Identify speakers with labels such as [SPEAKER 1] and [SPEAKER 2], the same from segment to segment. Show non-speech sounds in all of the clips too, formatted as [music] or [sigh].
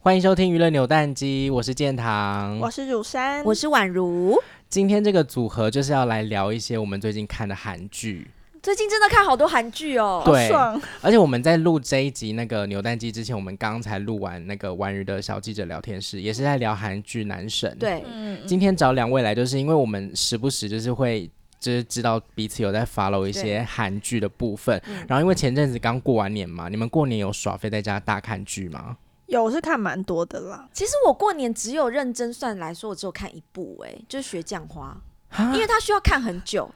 [SPEAKER 1] 欢迎收听娱乐扭蛋机，我是建堂。
[SPEAKER 2] 我是乳山，
[SPEAKER 3] 我是宛如，
[SPEAKER 1] 今天这个组合就是要来聊一些我们最近看的韩剧，
[SPEAKER 3] 最近真的看好多韩剧哦。
[SPEAKER 1] 对
[SPEAKER 2] 好爽，
[SPEAKER 1] 而且我们在录这一集那个扭蛋机之前，我们刚才录完那个玩鱼的小记者聊天室，也是在聊韩剧男神。，
[SPEAKER 3] 对，
[SPEAKER 2] 嗯，
[SPEAKER 1] 今天找两位来，就是因为我们时不时就是会。就是知道彼此有在 follow 一些韩剧的部分，
[SPEAKER 3] 嗯
[SPEAKER 1] 然后因为前阵子刚过完年嘛，你们过年有耍飞在家大看剧
[SPEAKER 3] [laughs]
[SPEAKER 1] 吗？
[SPEAKER 2] 有是看蛮多的啦，
[SPEAKER 3] 其实我过年只有认真算来说，我只有看一部、哎，就是《学酱花》，因为它需要看很久。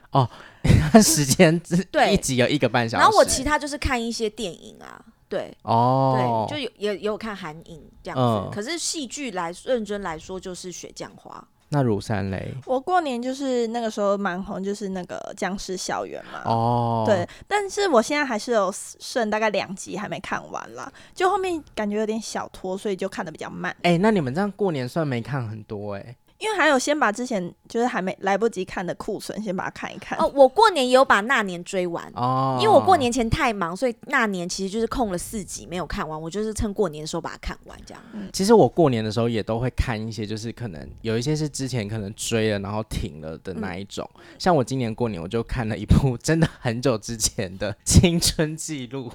[SPEAKER 1] 时间只
[SPEAKER 3] 对
[SPEAKER 1] 一集有一个半小时，
[SPEAKER 3] 然后我其他就是看一些电影啊，对、
[SPEAKER 1] 哦，
[SPEAKER 3] 对，就有也也有看韩影这样子。
[SPEAKER 1] 嗯
[SPEAKER 3] 可是戏剧来认真来说，就是《雪降花
[SPEAKER 1] 那乳山雷
[SPEAKER 2] 我过年就是那个时候蛮红，就是那个僵尸校园嘛。
[SPEAKER 1] 哦，
[SPEAKER 2] 对，但是我现在还是有剩大概两集还没看完啦，就后面感觉有点小拖，所以就看的比较慢。
[SPEAKER 1] 哎、那你们这样过年算没看很多哎、
[SPEAKER 2] 因为还有先把之前就是还没来不及看的库存先把它看一看。》
[SPEAKER 3] 哦，我过年也有把《那年》追完。
[SPEAKER 1] 哎哦，
[SPEAKER 3] 因为我过年前太忙，所以那年其实就是空了四集没有看完，我就是趁过年的时候把它看完，这样。
[SPEAKER 1] 其实我过年的时候也都会看一些，就是可能有一些是之前可能追了然后停了的
[SPEAKER 3] 嗯
[SPEAKER 1] 那一种，像我今年过年我就看了一部 [laughs] 真的很久之前的青春记录，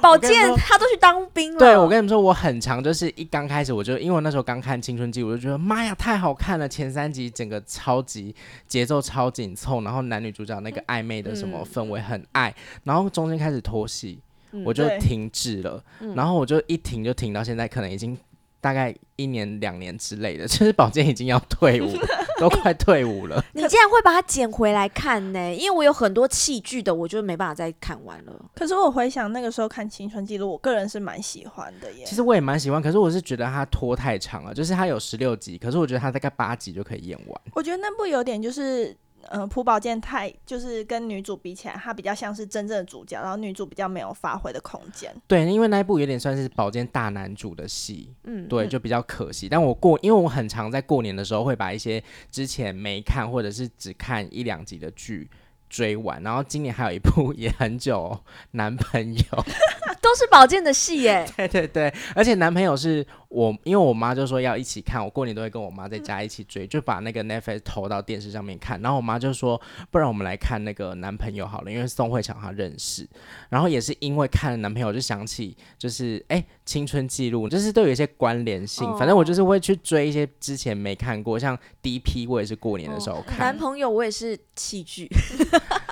[SPEAKER 3] 宝
[SPEAKER 1] 跟你
[SPEAKER 3] 剑
[SPEAKER 1] 说
[SPEAKER 3] 他都去当兵
[SPEAKER 1] 欸
[SPEAKER 3] 了，
[SPEAKER 1] 对我跟你们说我很长就是一刚开始我就因为我那时候刚看青春记录，我就觉得妈呀太好看了，前三集整个超级节奏超紧凑，然后男女主角那个暧昧的什么氛围很爱，然后中间开始拖戏。
[SPEAKER 3] 嗯
[SPEAKER 1] 我就
[SPEAKER 2] 对
[SPEAKER 1] 停滞了，然后我就一停就停到现在，可能已经大概一年两年之类的，就是保健已经要退伍了，都快退伍了。
[SPEAKER 3] 你竟然会把它捡回来看呢、因为我有很多器具的，我就没办法再看完了。
[SPEAKER 2] 可是我回想那个时候看《青春记录》，我个人是蛮喜欢的耶
[SPEAKER 1] 其。实我也蛮喜欢，可是我是觉得它拖太长了，就是它有十六集，可是我觉得它大概八集就可以演完。
[SPEAKER 2] 我觉得那部有点就是，呃，朴宝剑太就是跟女主比起来，他比较像是真正的主角，然后女主比较没有发挥的空间。
[SPEAKER 1] 对，因为那一部有点算是保健大男主的戏，
[SPEAKER 3] 嗯，
[SPEAKER 1] 对，就比较可惜。但我过，因为我很常在过年的时候会把一些之前没看或者是只看一两集的剧追完，然后今年还有一部 [laughs] 也很久、哦，男朋友。
[SPEAKER 3] 啊都是宝剑的戏耶、
[SPEAKER 1] [laughs] 对对对，而且男朋友是我，因为我妈就说要一起看，我过年都会跟我妈在家一起追，就把那个 Netflix 投到电视上面看。然后我妈就说，不然我们来看那个男朋友好了，因为宋慧乔她认识。然后也是因为看了男朋友，就想起就是哎青春记录，就是都有一些关联性。反正我就是会去追一些之前没看过，像第一批我也是过年的时候看
[SPEAKER 3] 男，朋友我也是器具，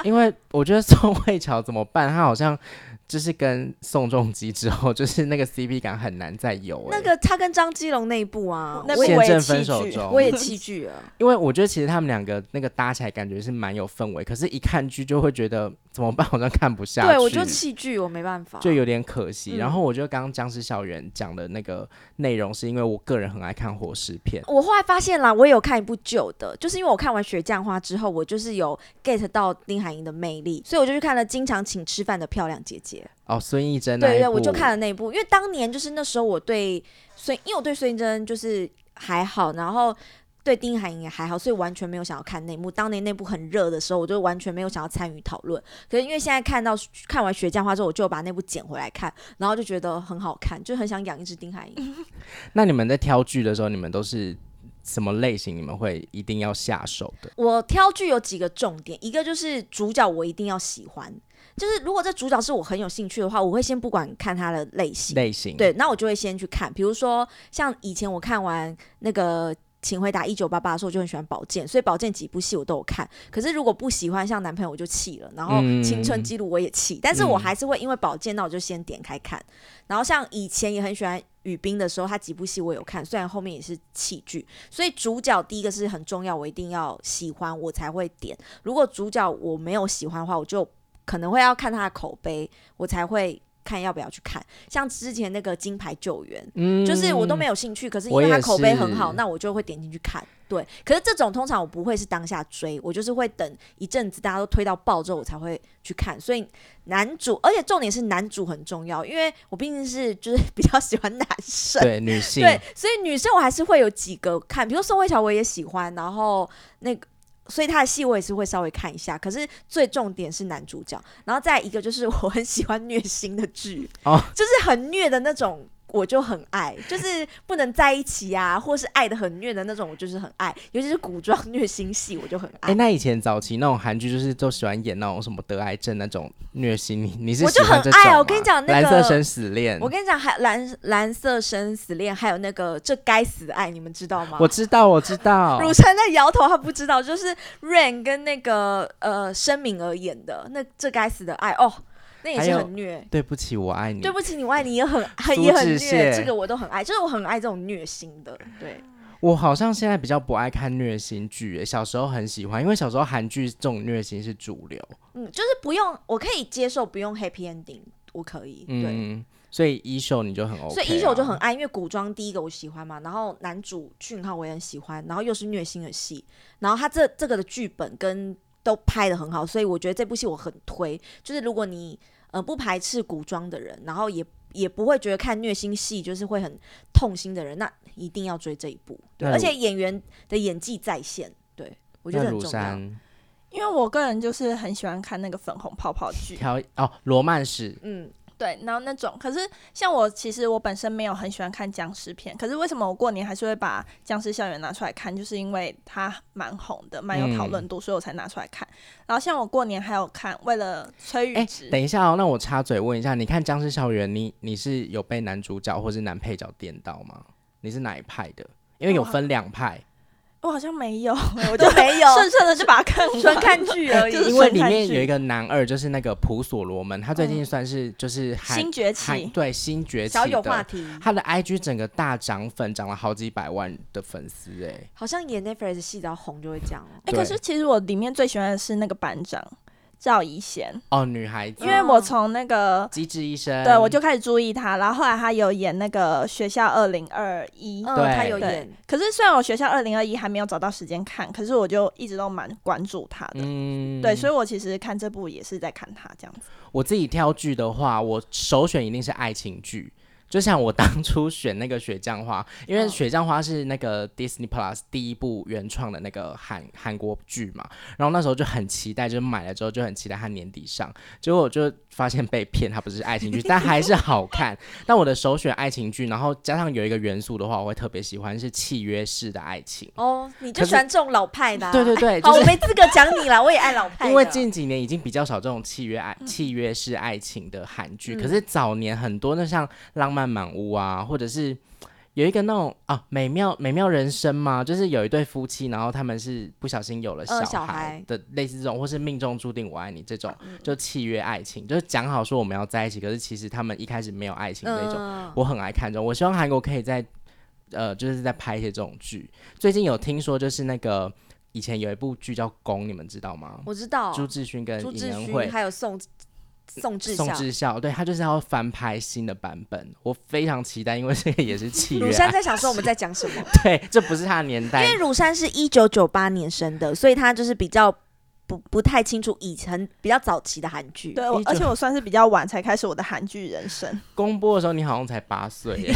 [SPEAKER 1] 因为我觉得宋慧乔怎么办，她好像。就是跟宋仲基之后，就是那个 CP 感很难再有、哎
[SPEAKER 3] 那个他跟张基龙那一部啊，
[SPEAKER 2] 那部
[SPEAKER 3] 我也
[SPEAKER 1] 现
[SPEAKER 2] 我也
[SPEAKER 1] 正
[SPEAKER 2] 弃
[SPEAKER 1] 分手
[SPEAKER 2] 剧
[SPEAKER 1] 中，
[SPEAKER 3] [laughs] 我也器具了。
[SPEAKER 1] 因为我觉得其实他们两个那个搭起来感觉是蛮有氛围，可是一看剧就会觉得怎么办， [laughs] 好像看不 [laughs] 下去。
[SPEAKER 3] 对，我就器具，我没办法。
[SPEAKER 1] 就有点可惜。
[SPEAKER 3] 嗯
[SPEAKER 1] 然后我觉得刚刚僵尸校园讲的那个内容，是因为我个人很爱看活尸片。
[SPEAKER 3] 我后来发现啦，我也有看一部旧的，就是因为我看完《雪降花》之后，我就是有 get 到丁海寅的魅力，所以我就去看了《经常请吃饭的漂亮姐姐》。
[SPEAKER 1] 哦，孙艺珍那
[SPEAKER 3] 对
[SPEAKER 1] 一
[SPEAKER 3] 对，
[SPEAKER 1] 部
[SPEAKER 3] 我就看了那一部，因为当年就是那时候我对孙，因为我对孙艺珍就是还好，然后对丁海寅也还好，所以完全没有想要看那一幕。当年那部很热的时候，我就完全没有想要参与讨论。可是因为现在看到看完《雪降花》之后，我就把那部捡回来看，然后就觉得很好看，就很想养一只丁海
[SPEAKER 1] [laughs]
[SPEAKER 3] 寅。
[SPEAKER 1] 那你们在挑剧的时候，你们都是什么类型？你们会一定要下手的？
[SPEAKER 3] 我挑剧有几个重点，一个就是主角我一定要喜欢，就是如果这主角是我很有兴趣的话，我会先不管看他的类型。
[SPEAKER 1] 类型
[SPEAKER 3] 对，那我就会先去看，比如说像以前我看完那个。请回答一九八八的时候，我就很喜欢宝剑，所以宝剑几部戏我都有看。可是如果不喜欢，像男朋友我就弃了，然后
[SPEAKER 1] 嗯
[SPEAKER 3] 青春记录我也弃，但是我
[SPEAKER 1] 嗯
[SPEAKER 3] 还是会因为宝剑，那我就先点开看。然后像以前也很喜欢雨冰的时候，他几部戏我有看，虽然后面也是弃剧。所以主角第一个是很重要，我一定要喜欢我才会点。如果主角我没有喜欢的话，我就可能会要看他的口碑，我才会看要不要去看。像之前那个《金牌救援》，
[SPEAKER 1] 嗯
[SPEAKER 3] 就是我都没有兴趣，可是因
[SPEAKER 1] 我
[SPEAKER 3] 为他
[SPEAKER 1] 也
[SPEAKER 3] 口碑很
[SPEAKER 1] 是
[SPEAKER 3] 好，那我就会点进去看。对，可是这种通常我不会是当下追，我就是会等一阵子大家都推到爆之后，我才会去看。所以男主，而且重点是男主很重要，因为我毕竟是就是 [laughs] 比较喜欢男生，
[SPEAKER 1] 对女性
[SPEAKER 3] 对，所以女生我还是会有几个看，比如说宋慧乔我也喜欢，然后那个。所以她的戏我也是会稍微看一下，可是最重点是男主角，然后再一个就是我很喜欢虐心的剧，
[SPEAKER 1] 哦
[SPEAKER 3] 就是很虐的那种我就很爱，就是不能在一起啊，或是爱的很虐的那种，我就是很爱，尤其是古装虐心戏，我就很
[SPEAKER 1] 哎、
[SPEAKER 3] 爱。
[SPEAKER 1] 那以前早期那种韩剧，就是都喜欢演那种什么得癌症那种虐心，你你是
[SPEAKER 3] 我就
[SPEAKER 1] 喜欢
[SPEAKER 3] 很
[SPEAKER 1] 这
[SPEAKER 3] 爱
[SPEAKER 1] 种
[SPEAKER 3] 我跟
[SPEAKER 1] 吗
[SPEAKER 3] 你讲那
[SPEAKER 1] 蓝色
[SPEAKER 3] 个
[SPEAKER 1] 生死恋，
[SPEAKER 3] 我跟你讲，还蓝蓝色生死恋，还有那个这该死的爱，你们知道吗？
[SPEAKER 1] 我知道，我知
[SPEAKER 3] [laughs]
[SPEAKER 1] 道，
[SPEAKER 3] 汝晨在摇头，他不知道，就是 Rain 跟那个呃申敏儿演的那这该死的爱哦，那也
[SPEAKER 1] 还
[SPEAKER 3] 是
[SPEAKER 1] 有
[SPEAKER 3] 很虐。
[SPEAKER 1] 对不起，我爱你
[SPEAKER 3] 对。不起，你我爱你也很 [laughs] 很
[SPEAKER 1] 苏
[SPEAKER 3] 也
[SPEAKER 1] 志
[SPEAKER 3] 很虐，
[SPEAKER 1] 燮
[SPEAKER 3] 这个我都很爱，就是我很爱这种虐心的，对，
[SPEAKER 1] 我好像现在比较不爱看虐心剧耶，小时候很喜欢，因为小时候韩剧这种虐心是主流，
[SPEAKER 3] 嗯，就是不用，我可以接受不用 happy ending，我可以，对。
[SPEAKER 1] 嗯，所以一秀你就很 OK，、啊、啊
[SPEAKER 3] 所以一秀我就很爱，因为古装第一个我喜欢嘛，然后男主俊浩我也很喜欢，然后又是虐心的戏，然后他这这个的剧本跟都拍的很好，所以我觉得这部戏我很推。就是如果你呃不排斥古装的人，然后也也不会觉得看虐心戏就是会很痛心的人，那一定要追这一部。对，
[SPEAKER 1] 那
[SPEAKER 3] 而
[SPEAKER 1] 如
[SPEAKER 3] 且演员的演技在线，对我觉
[SPEAKER 1] 那
[SPEAKER 3] 得很
[SPEAKER 1] 乳
[SPEAKER 3] 重要。
[SPEAKER 1] 山
[SPEAKER 2] 因为我个人就是很喜欢看那个粉红泡泡剧，
[SPEAKER 1] 挑哦罗曼史，
[SPEAKER 3] 嗯，
[SPEAKER 2] 对，然后那种，可是像我其实我本身没有很喜欢看僵尸片，可是为什么我过年还是会把《僵尸校园》拿出来看，就是因为它蛮红的，蛮有讨论度，所以我才拿出来看。然后像我过年还有看，为了崔宇
[SPEAKER 1] 哎、
[SPEAKER 2] 植，
[SPEAKER 1] 等一下哦，那我插嘴问一下，你看《僵尸校园》你，你是有被男主角或是男配角电到吗？你是哪一派的？因为有
[SPEAKER 2] 哇
[SPEAKER 1] 分两派，
[SPEAKER 2] [laughs] 我好像没有，我
[SPEAKER 3] [laughs] 我
[SPEAKER 2] 就
[SPEAKER 3] 就没 [laughs] 有
[SPEAKER 2] [laughs] 顺顺的就把它看
[SPEAKER 3] 纯
[SPEAKER 2] 完。
[SPEAKER 3] 看
[SPEAKER 1] [laughs]
[SPEAKER 3] 剧而已
[SPEAKER 2] 就。是
[SPEAKER 1] 因为
[SPEAKER 2] 纯
[SPEAKER 1] 里
[SPEAKER 2] 看
[SPEAKER 1] 面
[SPEAKER 2] 剧
[SPEAKER 1] 有一个男二，就是那个普所罗门，他最近
[SPEAKER 2] 嗯
[SPEAKER 1] 算是就是韩
[SPEAKER 2] 新崛
[SPEAKER 1] 韩
[SPEAKER 2] 起，
[SPEAKER 1] 对新崛起
[SPEAKER 3] 小有
[SPEAKER 1] 的
[SPEAKER 3] 话题，
[SPEAKER 1] 他的 IG 整个大涨粉，涨了好几百万的粉丝哎、
[SPEAKER 3] [laughs] 好像演 Netflix 戏只要红就会这样哦。
[SPEAKER 2] 哎、
[SPEAKER 1] 对
[SPEAKER 2] 可是其实我里面最喜欢的是那个班长赵怡贤，
[SPEAKER 1] 哦，女孩子
[SPEAKER 3] 嗯
[SPEAKER 2] 因，为我从那个。
[SPEAKER 1] 机智医生，
[SPEAKER 2] 对，我就开始注意他，然后后来他有演那个学校二零二一，
[SPEAKER 3] 嗯，
[SPEAKER 1] 对
[SPEAKER 3] 他有
[SPEAKER 2] 对
[SPEAKER 3] 演，
[SPEAKER 2] 可是虽然我学校二零二一还没有找到时间看，可是我就一直都蛮关注他的。
[SPEAKER 1] 嗯
[SPEAKER 2] 对，所以我其实看这部也是在看他这样子。
[SPEAKER 1] 我自己挑剧的话，我首选一定是爱情剧。就像我当初选那个《雪降
[SPEAKER 3] [laughs]
[SPEAKER 1] 花》，因为
[SPEAKER 3] 嗯
[SPEAKER 1] 《雪降花》是那个 Disney Plus 第一部原创的那个韩韩国剧嘛，然后那时候就很期待，就是买了之后就很期待它年底上，结果我就发现被骗，它不是爱情
[SPEAKER 3] [laughs]
[SPEAKER 1] 剧，但还是好看。但我的首选爱情剧，然后加上有一个元素的话，我会特别喜欢是契约式的爱情。
[SPEAKER 3] 哦，你就
[SPEAKER 1] 可是
[SPEAKER 3] 喜欢这种老派的、啊？
[SPEAKER 1] 对对对，
[SPEAKER 3] 好，
[SPEAKER 1] 就是
[SPEAKER 3] 我没资格讲你啦，我也爱老派的。嗯
[SPEAKER 1] 因为近几年已经比较少这种契约爱、契约式爱情的韩剧，可是早年很多那像《浪漫满屋》啊，或者是有一个那种啊《美妙美妙人生》嘛，就是有一对夫妻，然后他们是不小心有了
[SPEAKER 3] 呃小
[SPEAKER 1] 孩
[SPEAKER 3] 孩嗯
[SPEAKER 1] 的，类似这种，或是命中注定我爱你这种，就契约爱情，就是讲好说我们要在一起，可是其实他们一开始没有爱情
[SPEAKER 3] 嗯
[SPEAKER 1] 那种。我很爱看这种。我希望韩国可以在呃，就是在拍一些这种剧。最近有听说，就是那个以前有一部剧叫《宫》，你们知道吗？
[SPEAKER 3] 我知道
[SPEAKER 1] 朱志勋跟
[SPEAKER 3] 哦朱
[SPEAKER 1] 尹
[SPEAKER 3] 志
[SPEAKER 1] 恩
[SPEAKER 3] 勋
[SPEAKER 1] 惠、
[SPEAKER 3] 还有宋宋智
[SPEAKER 1] 宋
[SPEAKER 3] 孝。
[SPEAKER 1] 智孝，对他就是要翻拍新的版本，我非常期待，因为这个也是契
[SPEAKER 3] 乳
[SPEAKER 1] 约
[SPEAKER 3] 山
[SPEAKER 1] 爱。
[SPEAKER 3] 在想说我们在
[SPEAKER 1] [laughs]
[SPEAKER 3] 讲什么，
[SPEAKER 1] 对，这不是他的年
[SPEAKER 3] 因
[SPEAKER 1] 代
[SPEAKER 3] 为。乳山是一九九八年生的，所以他就是比较不不太清楚以前比较早期的韩剧。
[SPEAKER 2] 对，我
[SPEAKER 1] 依旧
[SPEAKER 2] 而且我算是比较晚才开始我的韩剧人生。
[SPEAKER 1] 公播的时候，你好像才八岁
[SPEAKER 3] [laughs]
[SPEAKER 1] 耶，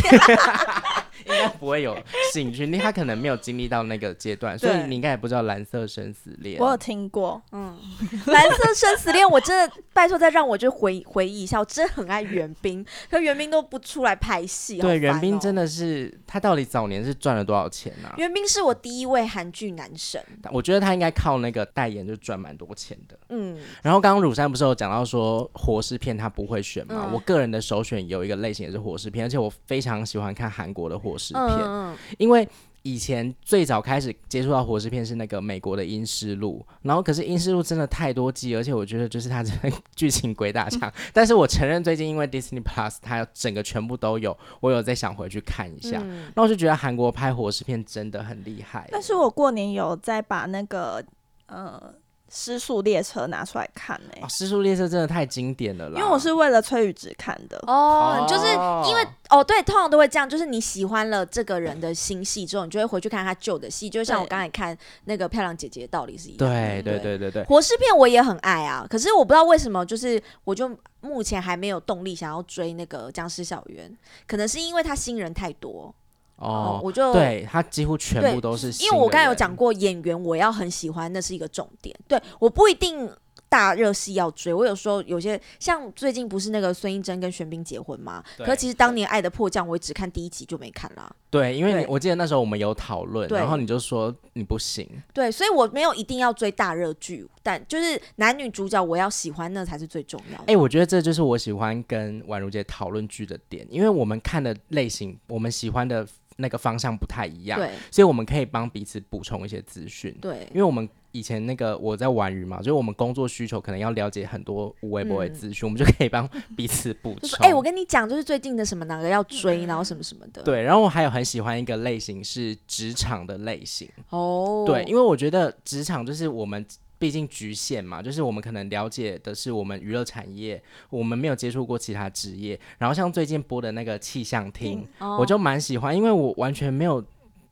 [SPEAKER 1] 应该不会有兴趣，因为他可能没有经历到那个阶段，所以
[SPEAKER 2] 对
[SPEAKER 1] 你应该也不知道《蓝色生死恋》。
[SPEAKER 2] 我有听过，
[SPEAKER 3] 嗯，蓝色生死恋，我真的拜托再让我就回回忆一下，我真的很爱袁冰，可袁冰都不出来拍戏。
[SPEAKER 1] 对袁冰真
[SPEAKER 3] 的，
[SPEAKER 1] 的是，他到底早年是赚了多少钱啊？
[SPEAKER 3] 袁冰是我第一位韩剧男神。
[SPEAKER 1] 我觉得他应该靠那个代言就赚蛮多钱的。
[SPEAKER 3] 嗯，
[SPEAKER 1] 然后刚刚乳山不是有讲到说活尸片他不会选嘛？
[SPEAKER 3] 嗯
[SPEAKER 1] 我个人的首选有一个类型也是活尸片，而且我非常喜欢看韩国的活尸片，
[SPEAKER 3] 嗯嗯
[SPEAKER 1] 因为以前最早开始接触到活尸片是那个美国的《阴尸路》，然后可是《阴尸路》真的太多季，而且我觉得就是它真的 [laughs] 剧情鬼打
[SPEAKER 2] [laughs]
[SPEAKER 1] 墙。但是我承认最近因为 Disney Plus 它有整个全部都有，我有再想回去看一下。
[SPEAKER 3] 嗯
[SPEAKER 1] 那我就觉得韩国拍活尸片真的很厉害。
[SPEAKER 2] 但是我过年有在把那个呃《失速列车》拿出来看呢、
[SPEAKER 1] 啊，《失速列车》真的太经典了啦，
[SPEAKER 2] 因为我是为了崔宇植看的。
[SPEAKER 3] 哦，你就是
[SPEAKER 1] 哦
[SPEAKER 3] 因为哦，对，通常都会这样，就是你喜欢了这个人的新戏之后，你就会回去看他旧的戏，就像我
[SPEAKER 2] 对
[SPEAKER 3] 刚才看那个《漂亮姐姐》，道理是一样的。
[SPEAKER 1] 对对对对对，
[SPEAKER 3] 活尸片我也很爱啊，可是我不知道为什么，就是我就目前还没有动力想要追那个《僵尸校园》，可能是因为他新人太多
[SPEAKER 1] 哦，
[SPEAKER 3] 我就。
[SPEAKER 1] 对，它几乎全
[SPEAKER 3] 对
[SPEAKER 1] 部都是新
[SPEAKER 3] 因
[SPEAKER 1] 的人，
[SPEAKER 3] 为我刚才有讲过，演员我要很喜欢，那是一个重点。对，我不一定大热戏要追，我有时候有些像最近不是那个孙艺珍跟玄彬结婚吗？
[SPEAKER 1] 对
[SPEAKER 3] 可其实当年《爱的迫降》我也只看第一集就没看啦。
[SPEAKER 1] 对，因为你
[SPEAKER 3] 对
[SPEAKER 1] 我记得那时候我们有讨论，
[SPEAKER 3] 对嗯
[SPEAKER 1] 然后你就说你不行，
[SPEAKER 3] 对，所以我没有一定要追大热剧，但就是男女主角我要喜欢那才是最重要的。
[SPEAKER 1] 哎、我觉得这就是我喜欢跟宛如姐讨论剧的点，因为我们看的类型，我们喜欢的那个方向不太一样，
[SPEAKER 3] 对
[SPEAKER 1] 所以我们可以帮彼此补充一些资讯。
[SPEAKER 3] 对
[SPEAKER 1] 因为我们以前那个我在玩鱼嘛，就是我们工作需求可能要了解很多无微不微
[SPEAKER 3] 嗯
[SPEAKER 1] 资讯，我们就可以帮彼此补
[SPEAKER 3] 就
[SPEAKER 1] 充
[SPEAKER 3] 说。哎、我跟你讲，就是最近的什么哪个要追，然后什么什么的。
[SPEAKER 1] 对，然后我还有很喜欢一个类型是职场的类型，
[SPEAKER 3] 哦，
[SPEAKER 1] 对，因为我觉得职场就是我们毕竟局限嘛，就是我们可能了解的是我们娱乐产业，我们没有接触过其他职业。然后像最近播的那个气象厅，
[SPEAKER 3] 哦
[SPEAKER 1] 我就蛮喜欢，因为我完全没有。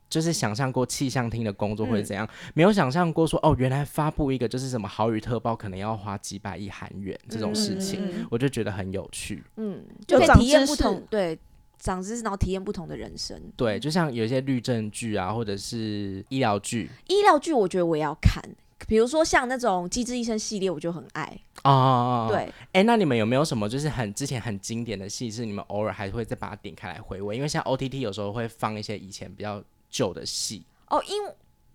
[SPEAKER 1] 就是想象过气象厅的工作会怎样，没有想象过说哦，原来发布一个就是什么豪雨特报，可能要花几百亿韩元这种事情，
[SPEAKER 2] 嗯嗯嗯
[SPEAKER 1] 我就觉得很有趣。
[SPEAKER 3] 嗯，
[SPEAKER 2] 就
[SPEAKER 3] 就可
[SPEAKER 2] 长
[SPEAKER 3] 以体验
[SPEAKER 2] 知
[SPEAKER 3] 不
[SPEAKER 2] 识
[SPEAKER 3] 同，对，长知识，然后体验不同的人生。
[SPEAKER 1] 对，就像有一些律政剧啊，或者是医疗剧
[SPEAKER 3] 医疗剧我觉得我也要看，比如说像那种《机智医生》系列，我就很爱。
[SPEAKER 1] 啊，
[SPEAKER 3] 对，
[SPEAKER 1] 哎，那你们有没有什么就是很之前很经典的戏，是你们偶尔还会再把它点开来回味？因为像 OTT 有时候会放一些以前比较旧的戏，
[SPEAKER 3] 哦，因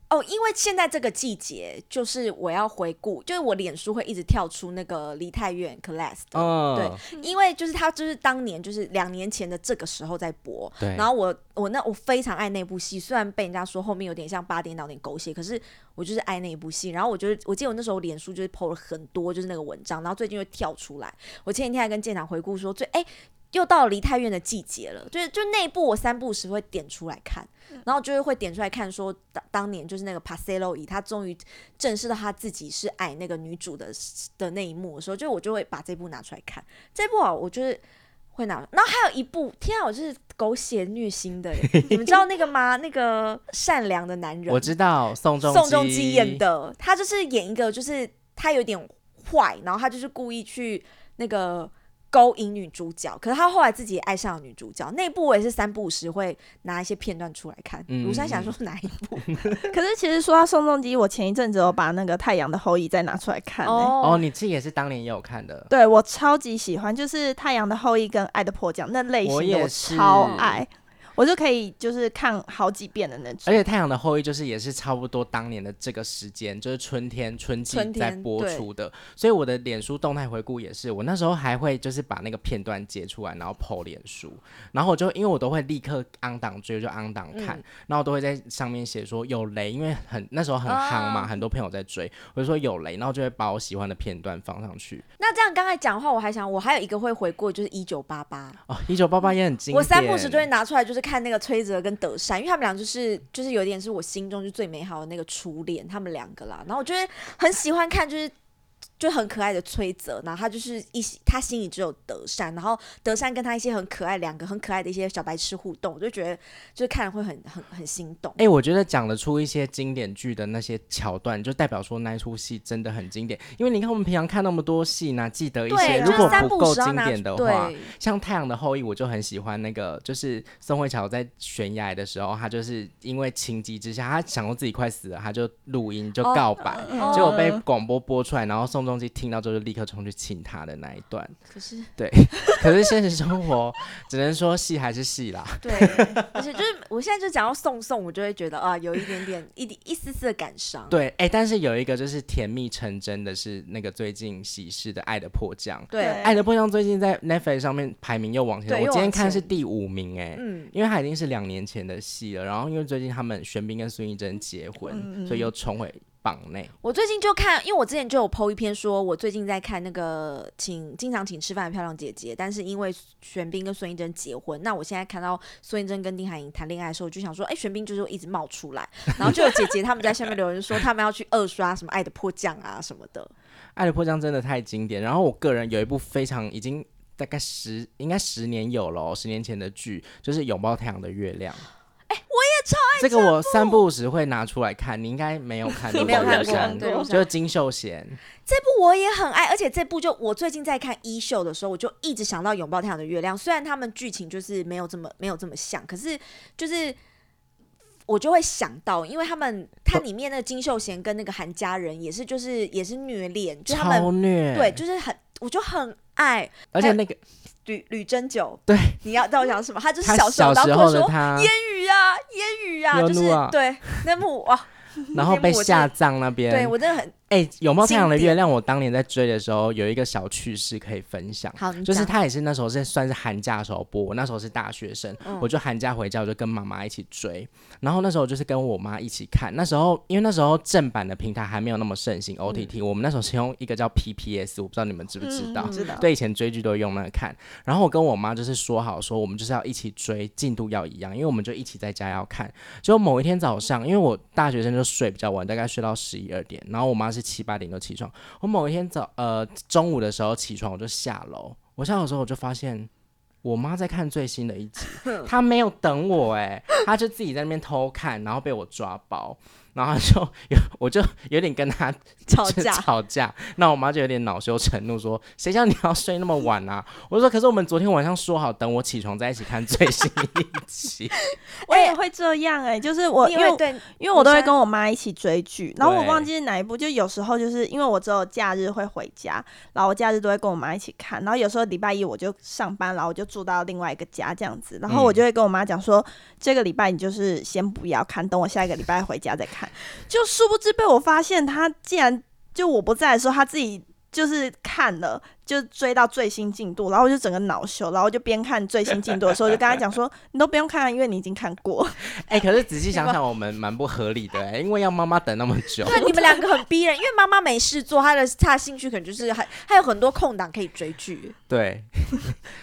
[SPEAKER 3] 哦，因为现在这个季节，就是我要回顾，就是我脸书会一直跳出那个梨泰院 Class 的，
[SPEAKER 1] 嗯，
[SPEAKER 3] 因为就是他就是当年就是两年前的这个时候在播，
[SPEAKER 1] 对
[SPEAKER 3] 然后我我那我非常爱那部戏，虽然被人家说后面有点像八点档有点狗血，可是我就是爱那一部戏。然后我就是我记得我那时候脸书就是 PO 了很多就是那个文章，然后最近又跳出来。我前几天还跟建长回顾说，最哎。又到了梨泰院的季节了，就是就那一部我三部时会点出来看，然后就是会点出来看说当当年就是那个 Pacello 伊，他终于正视到他自己是爱那个女主的的那一幕的时候，就我就会把这部拿出来看。这部啊，我就是会拿。然后还有一部，天啊，我就是狗血虐心的耶，你们知道那个吗？那个善良的男人，
[SPEAKER 1] 我知道宋仲
[SPEAKER 3] 宋仲
[SPEAKER 1] 基
[SPEAKER 3] 基演，的，他就是演一个，就是他有点坏，然后他就是故意去那个勾引女主角，可是他后来自己也爱上了女主角。那部我也是三不五时会拿一些片段出来看。
[SPEAKER 1] 嗯
[SPEAKER 3] 庐山想说哪一部？
[SPEAKER 2] [laughs] 可是其实说到宋仲基，我前一阵子有把那个《太阳的后裔》再拿出来看、欸。
[SPEAKER 1] 哦，你自己也是当年也有看的，
[SPEAKER 2] 对我超级喜欢，就是《太阳的后裔》跟《爱的迫降》那类
[SPEAKER 1] 我
[SPEAKER 2] 型的，
[SPEAKER 1] 也
[SPEAKER 2] 我
[SPEAKER 1] 是
[SPEAKER 2] 超爱，我就可以就是看好几遍的那
[SPEAKER 1] 而
[SPEAKER 2] 种。
[SPEAKER 1] 且《太阳的后裔》就是也是差不多当年的这个时间，就是春天春季
[SPEAKER 3] 春
[SPEAKER 1] 在
[SPEAKER 3] 天
[SPEAKER 1] 播
[SPEAKER 3] 对
[SPEAKER 1] 出的，所以我的脸书动态回顾也是，我那时候还会就是把那个片段截出来，然后 PO 脸书，然后我就因为我都会立刻 on 档追，就 on 档
[SPEAKER 3] 嗯
[SPEAKER 1] 看，然后我都会在上面写说有雷，因为很那时候很夯嘛，
[SPEAKER 3] 啊
[SPEAKER 1] 很多朋友在追，我就说有雷，然后就会把我喜欢的片段放上去。
[SPEAKER 3] 那这样刚才讲的话，我还想，我还有一个会回顾，就是一九八八。
[SPEAKER 1] 哦，一九八八也很经典，
[SPEAKER 3] 我三不时就会拿出来，就是看那个崔泽跟德善，因为他们俩就是就是有点是我心中就最美好的那个初恋，他们两个啦。然后我就会很喜欢看，就是就很可爱的崔泽，然后他就是一心他心里只有德善，然后德善跟他一些很可爱两个很可爱的一些小白痴互动，我就觉得就是看了会很很很心动。
[SPEAKER 1] 哎、我觉得讲得出一些经典剧的那些桥段，就代表说那一出戏真的很经典。因为你看，我们平常看那么多戏，哪记得一些？
[SPEAKER 3] 对，
[SPEAKER 1] 如
[SPEAKER 3] 就
[SPEAKER 1] 果
[SPEAKER 3] 是三
[SPEAKER 1] 不
[SPEAKER 3] 不
[SPEAKER 1] 够
[SPEAKER 3] 时要
[SPEAKER 1] 经
[SPEAKER 3] 拿
[SPEAKER 1] 典
[SPEAKER 3] 出
[SPEAKER 1] 的话，
[SPEAKER 3] 对，
[SPEAKER 1] 像《太阳的后裔》，我就很喜欢那个，就是宋慧乔在悬崖的时候，她就是因为情急之下，她想到自己快死了，她就录音就
[SPEAKER 3] 哦
[SPEAKER 1] 告白，
[SPEAKER 3] 哦
[SPEAKER 1] 哎结果被
[SPEAKER 2] 嗯
[SPEAKER 1] 广播播出来，然后宋仲基听到之后就立刻冲去亲她的那一段。
[SPEAKER 3] 可是
[SPEAKER 1] 可是现实生活只能说戏还是戏啦。
[SPEAKER 3] 对，而且就是我现在就讲到宋宋，我就会觉得啊，有一点点一点一丝丝的感伤。
[SPEAKER 1] 对，哎、但是有一个就是甜蜜成真的是那个最近喜事的《爱的迫降》，《
[SPEAKER 3] 对，
[SPEAKER 1] 爱的迫降》最近在 Netflix 上面排名又往前，
[SPEAKER 3] 对
[SPEAKER 1] 我
[SPEAKER 3] 又
[SPEAKER 1] 今天
[SPEAKER 3] 往
[SPEAKER 1] 看是
[SPEAKER 3] 前
[SPEAKER 1] 第五名、哎、
[SPEAKER 3] 嗯，
[SPEAKER 1] 因为它已经是两年前的戏了，然后因为最近他们玄彬跟孙艺珍结婚，
[SPEAKER 3] 嗯
[SPEAKER 1] 所以又重回榜内。
[SPEAKER 3] 我最近就看，因为我之前就有 PO 一篇说，我最近在看那个请经常请吃饭的漂亮姐姐，但是因为玄彬跟孙艺珍结婚，那我现在看到孙艺珍跟丁海寅谈恋爱的时候，我就想说，哎、玄彬就是一直冒出来，然后就有姐姐他们在下面留言说，他们要去二刷什么《爱的迫降》啊什么的，
[SPEAKER 1] 《爱的迫降》真的太经典。然后我个人有一部非常已经大概十应该十年有了、哦，十年前的剧就是《拥抱太阳的月亮》。
[SPEAKER 3] 啊
[SPEAKER 1] 哎、我也超爱这个，我三不五时会拿出来看。你应该没有
[SPEAKER 3] [laughs]
[SPEAKER 1] 看，
[SPEAKER 3] 你没有看过对我想
[SPEAKER 1] 就是金秀贤。
[SPEAKER 3] 这部我也很爱，而且这部就我最近在看一秀的时候，我就一直想到《拥抱太阳的月亮》，虽然他们剧情就是没有这么没有这么像，可是就是我就会想到，因为他们它里面那个金秀贤跟那个韩家人也是，就是也是虐恋，就他
[SPEAKER 1] 超
[SPEAKER 3] 们
[SPEAKER 1] 虐，
[SPEAKER 3] 对，，就是很，我就很爱
[SPEAKER 1] 而且那个
[SPEAKER 3] 吕吕珍九。
[SPEAKER 1] 对，
[SPEAKER 3] 你要让我想什么？他就是
[SPEAKER 1] 他
[SPEAKER 3] 小时候，然
[SPEAKER 1] 时
[SPEAKER 3] 后
[SPEAKER 1] 候的
[SPEAKER 3] 说
[SPEAKER 1] 他，
[SPEAKER 3] 烟雨啊，烟雨啊，
[SPEAKER 1] 有
[SPEAKER 3] 就
[SPEAKER 1] 路
[SPEAKER 3] 是
[SPEAKER 1] 啊
[SPEAKER 3] 对那幕哇，
[SPEAKER 1] 然后被
[SPEAKER 3] 那幕我真
[SPEAKER 1] 下
[SPEAKER 3] 的
[SPEAKER 1] 葬那边，
[SPEAKER 3] 对我真的很
[SPEAKER 1] 哎、有没有太
[SPEAKER 3] 经
[SPEAKER 1] 阳的月
[SPEAKER 3] 典
[SPEAKER 1] 亮？我当年在追的时候，有一个小趣事可以分享。
[SPEAKER 3] 好，你
[SPEAKER 1] 就是
[SPEAKER 3] 讲
[SPEAKER 1] 它也是那时候是算是寒假的时候播，我那时候是大学生，
[SPEAKER 3] 嗯
[SPEAKER 1] 我就寒假回家我就跟妈妈一起追，然后那时候就是跟我妈一起看，那时候因为那时候正版的平台还没有那么盛
[SPEAKER 3] 嗯
[SPEAKER 1] 行 OTT，、我们那时候是用一个叫 PPS，我不知道你们知不知道，
[SPEAKER 3] 嗯知道
[SPEAKER 1] 对，以前追剧都用那个看，然后我跟我妈就是说好说我们就是要一起追，进度要一样，因为我们就一起在家要看。结果某一天早上，因为我大学生就睡比较晚，大概睡到十一二点，然后我妈是七八点就起床。我某一天早呃中午的时候起床，我就下楼，我下楼的时候我就发现。我妈在看最新的一集，她没有等我哎、她就自己在那边偷看，然后被我抓包，然后她就 [laughs] 有我就有点跟她
[SPEAKER 3] 吵
[SPEAKER 1] 就
[SPEAKER 3] 架，
[SPEAKER 1] 吵架。那我妈就有点恼羞成怒，说：“谁叫你要睡那么晚啊？” [laughs] 我就说：“可是我们昨天晚上说好，等我起床再一起看最新一
[SPEAKER 3] [laughs]
[SPEAKER 1] 集。
[SPEAKER 2] 我也会这样哎、就是我
[SPEAKER 3] 你
[SPEAKER 2] 因
[SPEAKER 3] 也会
[SPEAKER 2] 为
[SPEAKER 3] 对
[SPEAKER 2] 因为我都会
[SPEAKER 3] 女生
[SPEAKER 2] 跟我妈一起追剧，然后我
[SPEAKER 1] 对
[SPEAKER 2] 忘记是哪一部，就有时候就是因为我只有假日会回家，然后我假日都会跟我妈一起看，然后有时候礼拜一我就上班，然后我就住到另外一个家这样子，然后我就会跟我妈讲说，这个礼拜你就是先不要看，等我下一个礼拜回家再看。就殊不知被我发现，她竟然就我不在的时候，她自己。就是看了，就追到最新进度，然后我就整个恼羞，然后我就边看最新进度的时候，我就跟她讲说，你都不用看啊，因为你已经看过。
[SPEAKER 1] 哎，可是仔细想想，我们蛮不合理的、哎，因为要妈妈等那么久。
[SPEAKER 3] 对，你们两个很逼人，因为妈妈没事做，她的她的兴趣可能就是还还有很多空档可以追剧。
[SPEAKER 1] 对，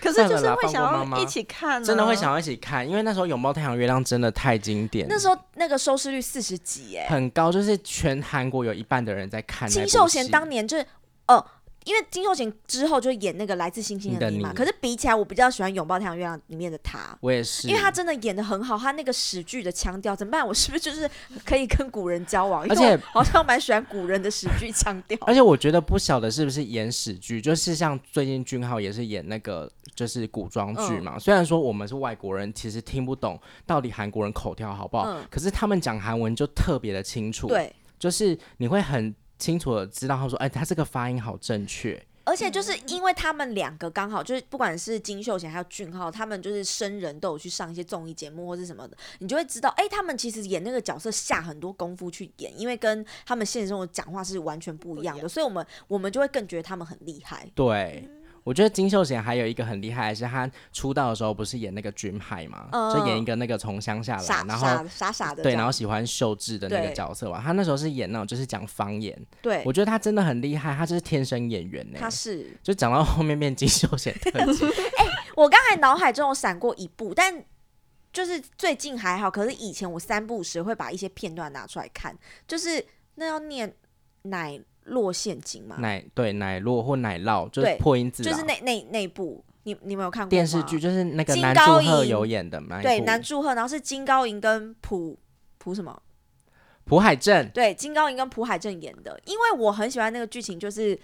[SPEAKER 2] 可是
[SPEAKER 1] 算
[SPEAKER 2] 就是
[SPEAKER 1] 了啦
[SPEAKER 2] 会想
[SPEAKER 1] 放过妈妈
[SPEAKER 2] 要一起看、啊，
[SPEAKER 1] 真的会想。要一起看，因为那时候《拥抱太阳月亮》真的太经典。
[SPEAKER 3] 那时候那个收视率四十几，哎，
[SPEAKER 1] 很高，就是全韩国有一半的人在看那部戏。
[SPEAKER 3] 金秀贤当年就是哦。因为金秀贤之后就演那个来自星星的你嘛，
[SPEAKER 1] 你的你
[SPEAKER 3] 可是比起来，我比较喜欢《拥抱太阳月亮》里面的他，
[SPEAKER 1] 我也是，
[SPEAKER 3] 因为他真的演的很好，他那个史剧的腔调怎么办？我是不是就是可以跟古人交往？因为
[SPEAKER 1] 而且哎
[SPEAKER 3] 我好像蛮喜欢古人的史剧腔调。
[SPEAKER 1] 而且我觉得不晓得是不是演史剧，就是像最近俊浩也是演那个就是古装剧
[SPEAKER 3] 嗯
[SPEAKER 1] 嘛。虽然说我们是外国人，其实听不懂到底韩国人口条好不好，
[SPEAKER 3] 嗯
[SPEAKER 1] 可是他们讲韩文就特别的清楚，，
[SPEAKER 3] 对，
[SPEAKER 1] 就是你会很清楚的知道他说，哎，他这个发音好正确，
[SPEAKER 3] 而且就是
[SPEAKER 1] 嗯
[SPEAKER 3] 因为他们两个刚好就是不管是金秀贤还有俊浩，他们就是生人都有去上一些综艺节目或是什么的，你就会知道，哎、他们其实演那个角色下很多功夫去演，因为跟他们现实中的讲话是完全不一样
[SPEAKER 2] 不一
[SPEAKER 3] 的，所以我们我们就会更觉得他们很厉害。
[SPEAKER 1] 对。
[SPEAKER 3] 嗯
[SPEAKER 1] 我觉得金秀贤还有一个很厉害的是，他出道的时候不是演那个《Dream High》嘛，
[SPEAKER 3] 嗯
[SPEAKER 1] 就演一个那个从乡下来
[SPEAKER 3] 傻，
[SPEAKER 1] 啊然后
[SPEAKER 3] 傻傻傻的这
[SPEAKER 1] 对，然
[SPEAKER 3] 样，
[SPEAKER 1] 后喜欢秀智的那个
[SPEAKER 3] 对
[SPEAKER 1] 角色嘛。他那时候是演那种就是讲方言，
[SPEAKER 3] 对
[SPEAKER 1] 我，觉得他真的很厉害，他就是天生演员呢、
[SPEAKER 3] 哎他是
[SPEAKER 1] 就讲到后面变金秀贤
[SPEAKER 3] [laughs]
[SPEAKER 1] 特辑，
[SPEAKER 3] 我刚才脑海中有闪过一部，但就是最近还好。可是以前我三不五时会把一些片段拿出来看，就是那要念奶酪陷阱嘛，
[SPEAKER 1] 奶对奶酪或奶酪，就是
[SPEAKER 3] 对
[SPEAKER 1] 破音字啊，
[SPEAKER 3] 就是那那那部，你你们有看过吗
[SPEAKER 1] 电视剧，？就是那个
[SPEAKER 3] 金
[SPEAKER 1] 男
[SPEAKER 3] 高
[SPEAKER 1] 祝贺
[SPEAKER 3] 银
[SPEAKER 1] 有演的嘛，
[SPEAKER 3] 对，南柱赫，然后是金高银跟朴朴什么？
[SPEAKER 1] 朴海镇，
[SPEAKER 3] 对，金高银跟朴海镇演的，因为我很喜欢那个剧情，就是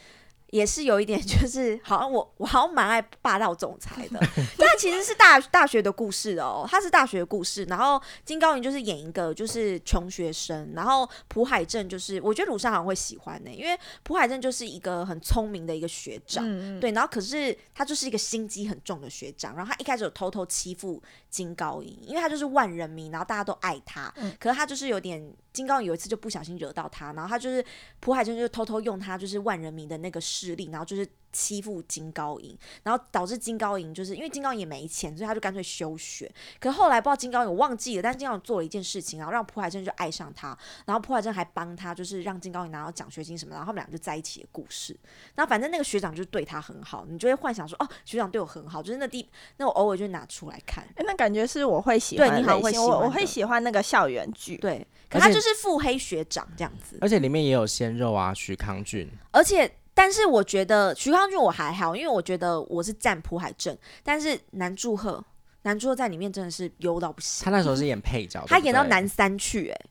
[SPEAKER 3] 也是有一点，就是好像我我好像蛮爱霸道总裁
[SPEAKER 1] [laughs]
[SPEAKER 3] 的，但其实是大大学的故事哦，它是大学的故事，然后金高银就是演一个就是穷学生，然后朴海镇就是我觉得鲁尚好像会喜欢呢、因为朴海镇就是一个很聪明的一个学长。
[SPEAKER 2] 嗯，
[SPEAKER 3] 对，然后可是他就是一个心机很重的学长，然后他一开始有偷偷欺负金高银，因为他就是万人迷，然后大家都爱他。
[SPEAKER 2] 嗯
[SPEAKER 3] 可是他就是有点，金高银有一次就不小心惹到他，然后他就是朴海镇就偷偷用他就是万人迷的那个势力，然后就是欺负金高银，然后导致金高银就是因为金高银也没钱，所以他就干脆休学。可后来不知道金高银我忘记了，但金高银做了一件事情，然后让朴海镇就爱上他，然后朴海镇还帮他，就是让金高银拿到奖学金什么的，然后他们俩就在一起的故事。那反正那个学长就是对他很好，你就会幻想说，哦，学长对我很好，就是那地，那我偶尔就拿出来看。
[SPEAKER 2] 哎、那感觉是我会喜欢的
[SPEAKER 3] 对你好
[SPEAKER 2] 类
[SPEAKER 3] 会
[SPEAKER 2] 型
[SPEAKER 3] 喜欢
[SPEAKER 2] 我我
[SPEAKER 3] 的
[SPEAKER 2] 会喜欢那个校园剧。
[SPEAKER 3] 对，可
[SPEAKER 1] 而
[SPEAKER 3] 他
[SPEAKER 1] 且
[SPEAKER 3] 就是腹黑学长这样子，
[SPEAKER 1] 而且里面也有鲜肉啊，徐康俊，
[SPEAKER 3] 而且。但是我觉得徐康俊我还好，因为我觉得我是站朴海镇，但是南柱赫，南柱赫在里面真的是优到不行，
[SPEAKER 1] 他那时候是演配角，
[SPEAKER 3] 他
[SPEAKER 1] 对不
[SPEAKER 3] 演到
[SPEAKER 1] 对
[SPEAKER 3] 男三去、欸，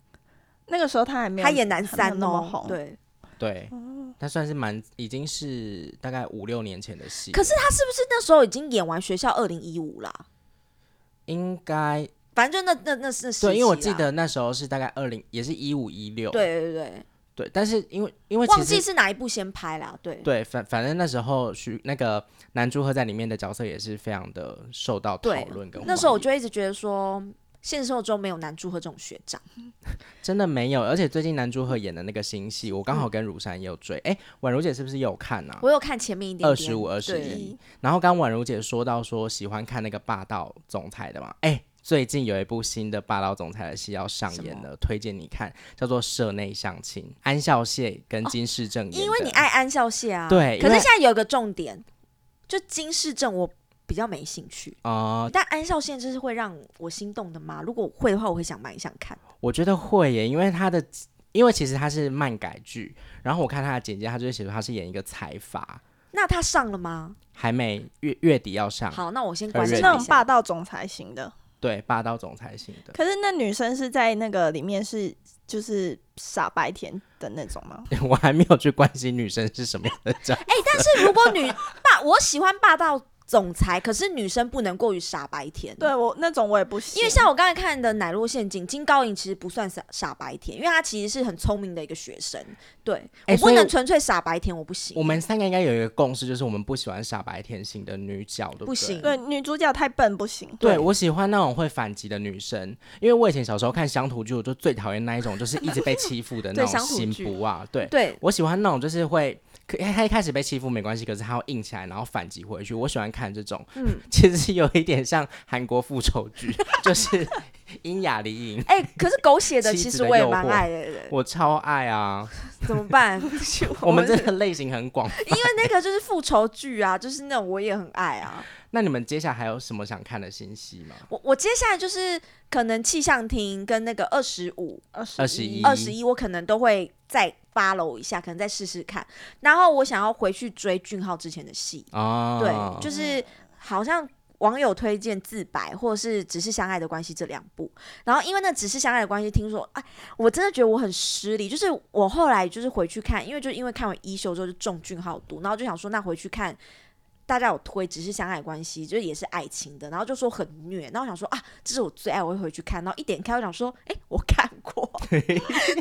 [SPEAKER 2] 那个时候他还没有，
[SPEAKER 3] 他演
[SPEAKER 2] 还
[SPEAKER 3] 男
[SPEAKER 2] 没有
[SPEAKER 3] 三
[SPEAKER 2] 那么
[SPEAKER 3] 哦
[SPEAKER 2] 红，，
[SPEAKER 3] 对，
[SPEAKER 1] 对，
[SPEAKER 3] 哦
[SPEAKER 1] 他算是蛮已经是大概五六年前的戏了，
[SPEAKER 3] 可是他是不是那时候已经演完《学校二零一五》啦？
[SPEAKER 1] 应该
[SPEAKER 3] 反正就那那那是
[SPEAKER 1] 对，因为我记得那时候是大概二零，也是一五一六，
[SPEAKER 3] 对对对
[SPEAKER 1] 对，但是因为因为
[SPEAKER 3] 忘
[SPEAKER 1] 其
[SPEAKER 3] 记
[SPEAKER 1] 实
[SPEAKER 3] 是哪一部先拍啦，对
[SPEAKER 1] 对反反正那时候徐那个男祝贺在里面的角色也是非常的受到讨
[SPEAKER 3] 对
[SPEAKER 1] 论跟
[SPEAKER 3] 那时候我
[SPEAKER 1] 欢迎
[SPEAKER 3] 就一直觉得说，现实生活中没有男祝贺这种学长，
[SPEAKER 1] 真的没有，而且最近男祝贺演的那个新戏，我刚好跟乳山也有追，哎、宛如姐是不是也有看啊？
[SPEAKER 3] 嗯我有看前面一点点，
[SPEAKER 1] 25 21
[SPEAKER 3] 对
[SPEAKER 1] 然后刚刚宛如姐说到说喜欢看那个霸道总裁的嘛，哎、最近有一部新的霸道总裁的戏要上演了，推荐你看，叫做《社内相亲》，安孝燮跟金世正演的、
[SPEAKER 3] 哦因为你爱安孝燮啊，
[SPEAKER 1] 对因
[SPEAKER 3] 可是
[SPEAKER 1] 为
[SPEAKER 3] 现在有一个重点，就金世正我比较没兴趣，
[SPEAKER 1] 啊、
[SPEAKER 3] 但安孝燮这是会让我心动的吗？如果会的话，我会想蛮想看。
[SPEAKER 1] 我觉得会耶，因为他的，因为其实他是漫改剧，然后我看他的简介，他就是写说他是演一个财阀，
[SPEAKER 3] 那他上了吗？
[SPEAKER 1] 还没月月底要上，
[SPEAKER 3] 好，那我先观
[SPEAKER 1] 二
[SPEAKER 3] 察
[SPEAKER 1] 啊月
[SPEAKER 3] 一
[SPEAKER 2] 是
[SPEAKER 1] 底
[SPEAKER 2] 那种霸
[SPEAKER 3] 下。
[SPEAKER 2] 道总裁型的。
[SPEAKER 1] 对，霸道总裁型的。 [laughs]
[SPEAKER 2] 可是那女生是在那个里面是就是傻白甜的那种吗？
[SPEAKER 1] 我还没有去关心女生是什么样的角色，
[SPEAKER 3] 哎、但是如果女霸，我喜欢霸道总裁，可是女生不能过于傻白甜。
[SPEAKER 2] 对啊我那种我也不行，
[SPEAKER 3] 因为像我刚才看的《奶酪陷阱》，金高银其实不算傻傻白甜，因为他其实是很聪明的一个学生。对、
[SPEAKER 1] 哎
[SPEAKER 3] 我
[SPEAKER 1] 所
[SPEAKER 3] 不
[SPEAKER 1] 以
[SPEAKER 3] 能纯粹傻白甜，我不行。
[SPEAKER 1] 我们三个应该有一个共识，就是我们不喜欢傻白甜型的女角，对
[SPEAKER 3] 不
[SPEAKER 1] 对？
[SPEAKER 3] 行
[SPEAKER 2] 对女主角太笨不行。
[SPEAKER 1] 对我喜欢那种会反击的女生，因为我以前小时候看乡土剧，我就最讨厌那一种就是一直被欺负的那
[SPEAKER 3] [laughs] 对
[SPEAKER 1] 种
[SPEAKER 3] 乡土
[SPEAKER 1] 心
[SPEAKER 3] 剧
[SPEAKER 1] 不啊，对。
[SPEAKER 3] 对，
[SPEAKER 1] 我喜欢那种就是会，可他一开始被欺负没关系，可是他要硬起来，然后反击回去。我喜欢看这种，
[SPEAKER 3] 嗯，
[SPEAKER 1] [laughs] 其实是有一点像韩国复仇剧， [laughs] 就是英雅丽颖，
[SPEAKER 3] 哎、可是狗血的
[SPEAKER 1] 妻
[SPEAKER 3] 其
[SPEAKER 1] 子
[SPEAKER 3] 实
[SPEAKER 1] 的
[SPEAKER 3] 我也
[SPEAKER 1] 诱
[SPEAKER 3] 蛮
[SPEAKER 1] 惑
[SPEAKER 3] 爱的，
[SPEAKER 1] 我超爱
[SPEAKER 2] [laughs]
[SPEAKER 1] 啊！
[SPEAKER 3] 怎么办？
[SPEAKER 1] 我们这
[SPEAKER 3] 是
[SPEAKER 1] 个类型很广。
[SPEAKER 3] 因为那个就是复仇剧啊，就是那种我也很爱啊。
[SPEAKER 1] 那你们接下来还有什么想看的信息吗？
[SPEAKER 3] 我我接下来就是可能气象厅跟那个二十五、
[SPEAKER 2] 二十
[SPEAKER 1] 21
[SPEAKER 3] 二十一，我可能都会再 follow 一下，可能再试试看。然后我想要回去追俊浩之前的戏，
[SPEAKER 1] 啊，
[SPEAKER 3] 对，就是好像。网友推荐《自白》或是《只是相爱的关系》这两部，然后因为那《只是相爱的关系》，听说哎，我真的觉得我很失礼。就是我后来就是回去看，因为就因为看完《一休》之后就中俊浩毒，然后就想说那回去看大家有推《只是相爱的关系》，就是也是爱情的，然后就说很虐，然后我想说啊，这是我最爱，我会回去看。然后一点开，我想说，哎、我看
[SPEAKER 1] [laughs]
[SPEAKER 3] 过，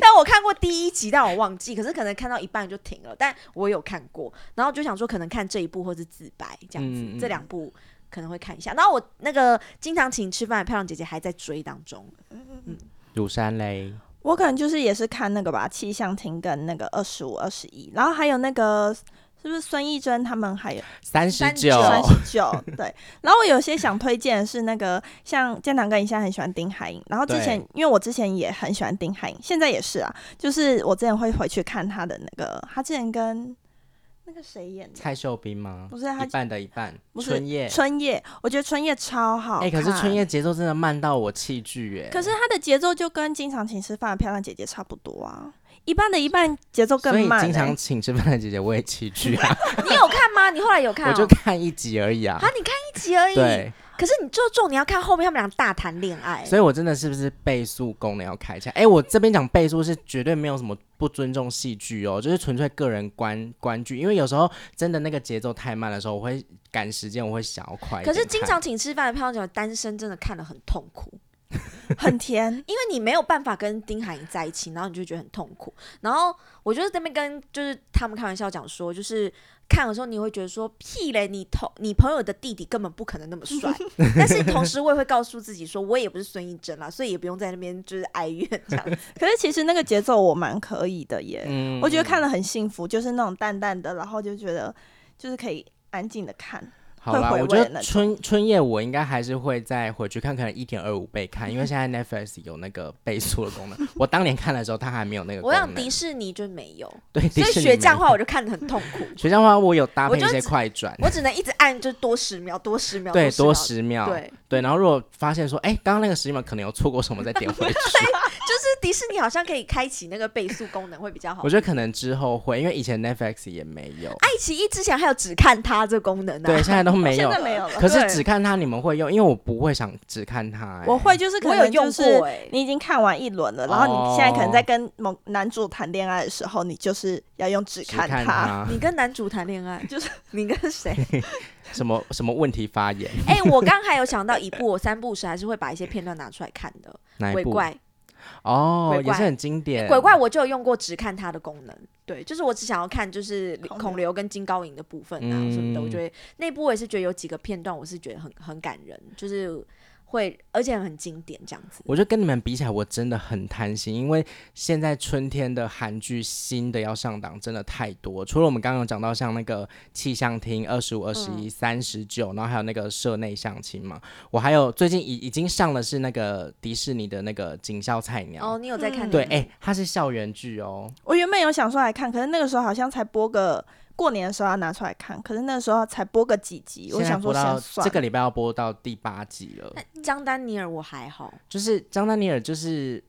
[SPEAKER 3] 但我看过第一集，但我忘记，可是可能看到一半就停了，但我有看过，然后就想说可能看这一部或是自白这样子，
[SPEAKER 1] 嗯嗯
[SPEAKER 3] 这两部可能会看一下。然后我那个经常请吃饭的漂亮姐姐还在追当中，
[SPEAKER 1] 乳山嘞，
[SPEAKER 2] 我可能就是也是看那个吧，气象厅跟那个二十五、二十一，然后还有那个是不是孙艺珍他们还有
[SPEAKER 1] 三十九，
[SPEAKER 2] 三十九对。然后我有些想推荐的是那个像建堂哥，你现在很喜欢丁海寅，然后之前因为我之前也很喜欢丁海寅，现在也是啊，就是我之前会回去看他的那个，他之前跟那个谁演的
[SPEAKER 1] 蔡秀斌吗？
[SPEAKER 2] 不是他
[SPEAKER 1] 一半的一半，
[SPEAKER 2] 不是
[SPEAKER 1] 春叶。
[SPEAKER 2] 春夜，我觉得春夜超好看。
[SPEAKER 1] 哎，可是春。叶节奏真的慢到我弃剧耶。
[SPEAKER 2] 可是他的节奏就跟经常请吃饭的漂亮姐姐差不多啊，一半的一半节奏
[SPEAKER 1] 所
[SPEAKER 2] 更
[SPEAKER 1] 以
[SPEAKER 2] 慢、
[SPEAKER 1] 经
[SPEAKER 2] 哎
[SPEAKER 1] 常请吃饭的姐姐我也弃剧啊，
[SPEAKER 2] [laughs]
[SPEAKER 3] 你有看吗？你后来有看、
[SPEAKER 1] 我
[SPEAKER 3] 哦？
[SPEAKER 1] 就看一集而已啊
[SPEAKER 3] 啊。，你看一集而已。
[SPEAKER 1] 对，
[SPEAKER 3] 可是你就重点要看后面他们俩大谈恋爱，
[SPEAKER 1] 所以我真的是不是倍速功能要开一下？哎、我这边讲倍速是绝对没有什么不尊重戏剧哦，就是纯粹个人观观剧，因为有时候真的那个节奏太慢的时候，我会赶时间，我会想要快一
[SPEAKER 3] 可
[SPEAKER 1] 点看。
[SPEAKER 3] 是经常请吃饭的漂亮姐姐单身真的看得很痛苦。，
[SPEAKER 2] 很甜
[SPEAKER 3] 因为你没有办法跟丁海寅在一起，然后你就觉得很痛苦。然后我就是这边跟就是他们开玩笑讲说，就是看的时候你会觉得说屁嘞，你同你朋友的弟弟根本不可能那么
[SPEAKER 1] [laughs]
[SPEAKER 3] 帅。但是同时我也会告诉自己说，我也不是孙艺珍啦，所以也不用在那边就是
[SPEAKER 1] [laughs]
[SPEAKER 3] 哀怨这样子。
[SPEAKER 2] 可是其实那个节奏我蛮可以的耶，
[SPEAKER 1] 嗯
[SPEAKER 2] 我觉得看了很幸福，就是那种淡淡的，然后就觉得就是可以安静的看。
[SPEAKER 1] 好啦，
[SPEAKER 2] 会回味
[SPEAKER 1] 我觉
[SPEAKER 2] 的那
[SPEAKER 1] 得春春夜我应该还是会再回去看，可能一点二五倍看，因为现在 Netflix 有那个倍速的功能。
[SPEAKER 3] [laughs]
[SPEAKER 1] 我当年看的时候，它还没有那个功
[SPEAKER 3] 我
[SPEAKER 1] 能。
[SPEAKER 3] 想迪士尼就没有，
[SPEAKER 1] 对，
[SPEAKER 3] 所以
[SPEAKER 1] 迪士尼
[SPEAKER 3] 学这样的
[SPEAKER 1] 没有
[SPEAKER 3] 话我就看得很痛苦。
[SPEAKER 1] 学匠话，我有搭
[SPEAKER 3] 我
[SPEAKER 1] 配一
[SPEAKER 3] 就
[SPEAKER 1] 些
[SPEAKER 3] 只
[SPEAKER 1] 快转，
[SPEAKER 3] 我只能一直按，就多十秒，多十秒，
[SPEAKER 1] 对，多
[SPEAKER 3] 多
[SPEAKER 1] 十秒，
[SPEAKER 3] 秒。对，
[SPEAKER 1] 对，然后如果发现说，哎、刚刚那个十秒可能有错过什么，再点回去。
[SPEAKER 3] 就是迪士尼好像可以开启那个倍速功能会比较好
[SPEAKER 1] 我。觉得可
[SPEAKER 3] 哎
[SPEAKER 1] 能之后会，因为以前 Netflix 也没有。
[SPEAKER 3] 爱奇艺之前还有只看它这功能呢、啊
[SPEAKER 1] 对，现在都没
[SPEAKER 2] 现 [laughs]
[SPEAKER 1] 有
[SPEAKER 2] 在。没有了。
[SPEAKER 1] 可哎是
[SPEAKER 3] 对
[SPEAKER 1] 只看他你们会用，因为我不会想只看他、欸。
[SPEAKER 2] 我会就是可
[SPEAKER 3] 我有
[SPEAKER 2] 能
[SPEAKER 3] 用
[SPEAKER 2] 就
[SPEAKER 3] 过
[SPEAKER 2] 是
[SPEAKER 3] 哎、
[SPEAKER 2] 你已经看完一轮了，然后
[SPEAKER 1] 哦
[SPEAKER 2] 你现在可能在跟某男主谈恋爱的时候，你就是要用只
[SPEAKER 1] 只
[SPEAKER 2] 看
[SPEAKER 1] 看
[SPEAKER 2] 他。
[SPEAKER 1] 他
[SPEAKER 3] 你跟男主谈恋 [laughs] 爱，
[SPEAKER 2] 就是
[SPEAKER 3] 你跟谁？
[SPEAKER 1] 什么什么问题发言
[SPEAKER 3] [laughs] 哎、我刚还有想到一部，我三部时还是会把一些片段拿出来看的。
[SPEAKER 1] 哪一
[SPEAKER 3] 鬼
[SPEAKER 1] 部？
[SPEAKER 3] 怪，
[SPEAKER 1] 哦，
[SPEAKER 3] 鬼怪哎
[SPEAKER 1] 也是很经典。
[SPEAKER 3] 鬼怪我就有用过只看它的功能，对，就是我只想要看就是
[SPEAKER 2] 孔
[SPEAKER 3] 孔
[SPEAKER 2] 刘
[SPEAKER 3] 刘跟金高银的部分啊什么的，我
[SPEAKER 1] 嗯
[SPEAKER 3] 觉得那部我也是觉得有几个片段我是觉得很很感人，就是会而且很经典这样子。
[SPEAKER 1] 我就跟你们比起来，我真的很贪心，因为现在春天的韩剧新的要上档真的太多，除了我们刚刚有讲到像那个气象厅二十五、二十一、三十九，然后还有那个社内相亲嘛，我还有最近已已经上的是那个迪士尼的那个警校菜鸟，
[SPEAKER 3] 哦，你有在看？
[SPEAKER 1] 对，哎、它是校园剧哦，
[SPEAKER 2] 我原本有想说来看，可是那个时候好像才播个过年的时候要拿出来看，可是那个时候才播个几集，我
[SPEAKER 1] 现在
[SPEAKER 2] 想
[SPEAKER 1] 播
[SPEAKER 2] 说
[SPEAKER 1] 到
[SPEAKER 2] 先算
[SPEAKER 1] 这个礼拜要播到第八集了，
[SPEAKER 3] 江丹尼尔我还好，
[SPEAKER 1] 就是张丹尼尔，就是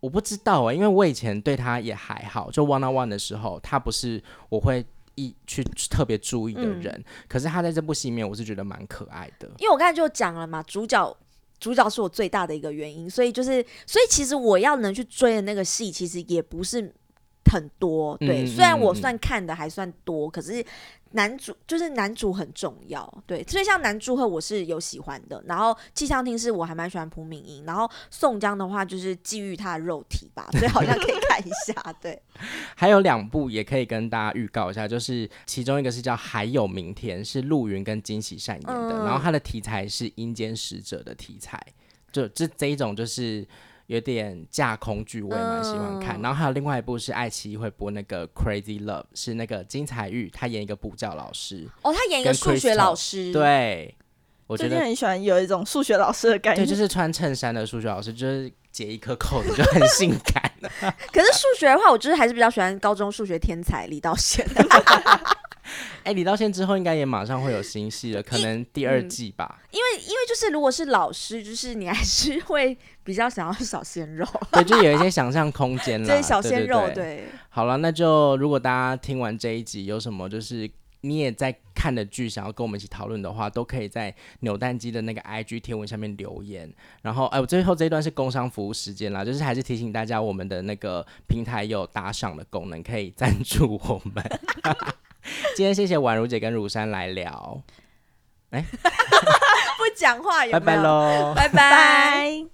[SPEAKER 1] 我不知道啊、因为我以前对他也还好，就 one on one 的时候，他不是我会一去特别注意的人，可是他在这部戏里面，我是觉得蛮可爱的。
[SPEAKER 3] 因为我刚才就讲了嘛，主角。主角是我最大的一个原因，所以就是，所以其实我要能去追的那个戏，其实也不是很多。对，
[SPEAKER 1] 嗯
[SPEAKER 3] 虽然我
[SPEAKER 1] 嗯嗯
[SPEAKER 3] 算看的还算多，可是男主就是男主很重要。对，所以像男祝贺我是有喜欢的，然后气象厅是我还蛮喜欢朴敏英，然后宋江的话就是觊觎他的肉体 [laughs] 吧，所以好像可以看一下。对，
[SPEAKER 1] 还有两部也可以跟大家预告一下，就是其中一个是叫《还有明天》，是陆云跟金喜善演的，
[SPEAKER 3] 嗯
[SPEAKER 1] 然后它的题材是阴间使者的题材，就这这一种就是。有点架空剧，我也蛮喜欢看。
[SPEAKER 3] 嗯
[SPEAKER 1] 然后还有另外一部是爱奇艺会播那个《Crazy Love》，是那个金彩玉，她演一个补教老师。
[SPEAKER 3] [laughs] 哦，他演一个
[SPEAKER 1] 跟
[SPEAKER 3] 数学
[SPEAKER 1] Crystal，
[SPEAKER 3] 老师，，
[SPEAKER 1] 对，我觉
[SPEAKER 2] 嗯最近
[SPEAKER 1] 得
[SPEAKER 2] 很喜欢有一种数学老师的感觉，
[SPEAKER 1] 对，就是穿衬衫的数学老师，就是解一颗扣子就很性感。 [laughs]
[SPEAKER 3] 可是数学的话，我就是还是比较喜欢高中数学天才李道贤。
[SPEAKER 1] 哎，李道宪之后应该也马上会有新戏了，可能第二季吧。
[SPEAKER 3] 因为因为就是如果是老师，就是你还是 [laughs] 会比较想要小鲜肉， [laughs]
[SPEAKER 1] 对，就有一些想象空间啦。
[SPEAKER 3] 对小鲜肉，
[SPEAKER 1] 嗯啊对好了，那就如果大家听完这一集有什么就是。你也在看的剧，想要跟我们一起讨论的话，都可以在扭蛋机的那个 IG 贴文下面留言。然后，哎、我最后这一段是工商服务时间啦，就是还是提醒大家，我们的那个平台有打赏的功能，可以赞助我们。 [laughs] 今天谢谢宛如姐跟如山来聊，
[SPEAKER 3] 不讲话
[SPEAKER 1] 拜
[SPEAKER 3] 有没
[SPEAKER 1] 拜
[SPEAKER 3] 哎有？
[SPEAKER 1] 喽。
[SPEAKER 3] 拜拜。
[SPEAKER 2] 拜。